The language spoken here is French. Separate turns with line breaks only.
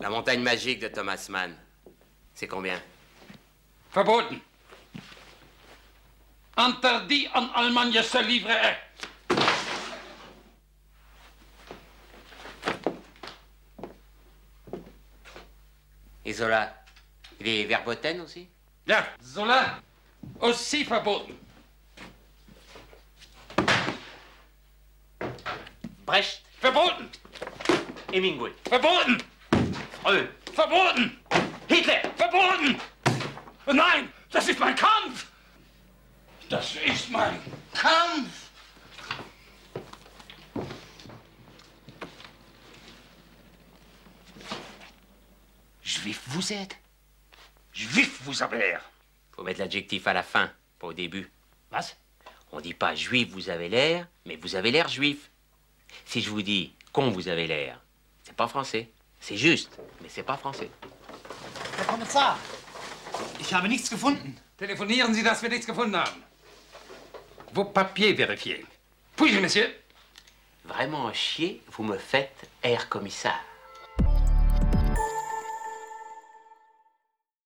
La montagne magique de Thomas Mann. C'est combien?
Verboten. Unter die an Allemagne se livrer.
Et Zola? Il est verboten aussi?
Ja, Zola, aussi verboten.
Brecht?
Verboten,
Hemingway?
verboten,
Freud?
verboten,
Hitler!
verboten. Nein, das ist mein Kampf. Das ist mein Kampf.
Juif, vous êtes?
Juif, vous avez l'air.
Faut mettre l'adjectif à la fin, pas au début.
Was?
On dit pas juif, vous avez l'air, mais vous avez l'air juif. Si je vous dis con, vous avez l'air, c'est pas français. C'est juste, mais c'est pas français.
Herr Kommissar, ich habe nichts gefunden.
Telefonieren Sie, dass wir nichts gefunden haben. Vos papiers vérifiés. Puis-je, monsieur?
Vraiment chier, vous me faites air commissaire.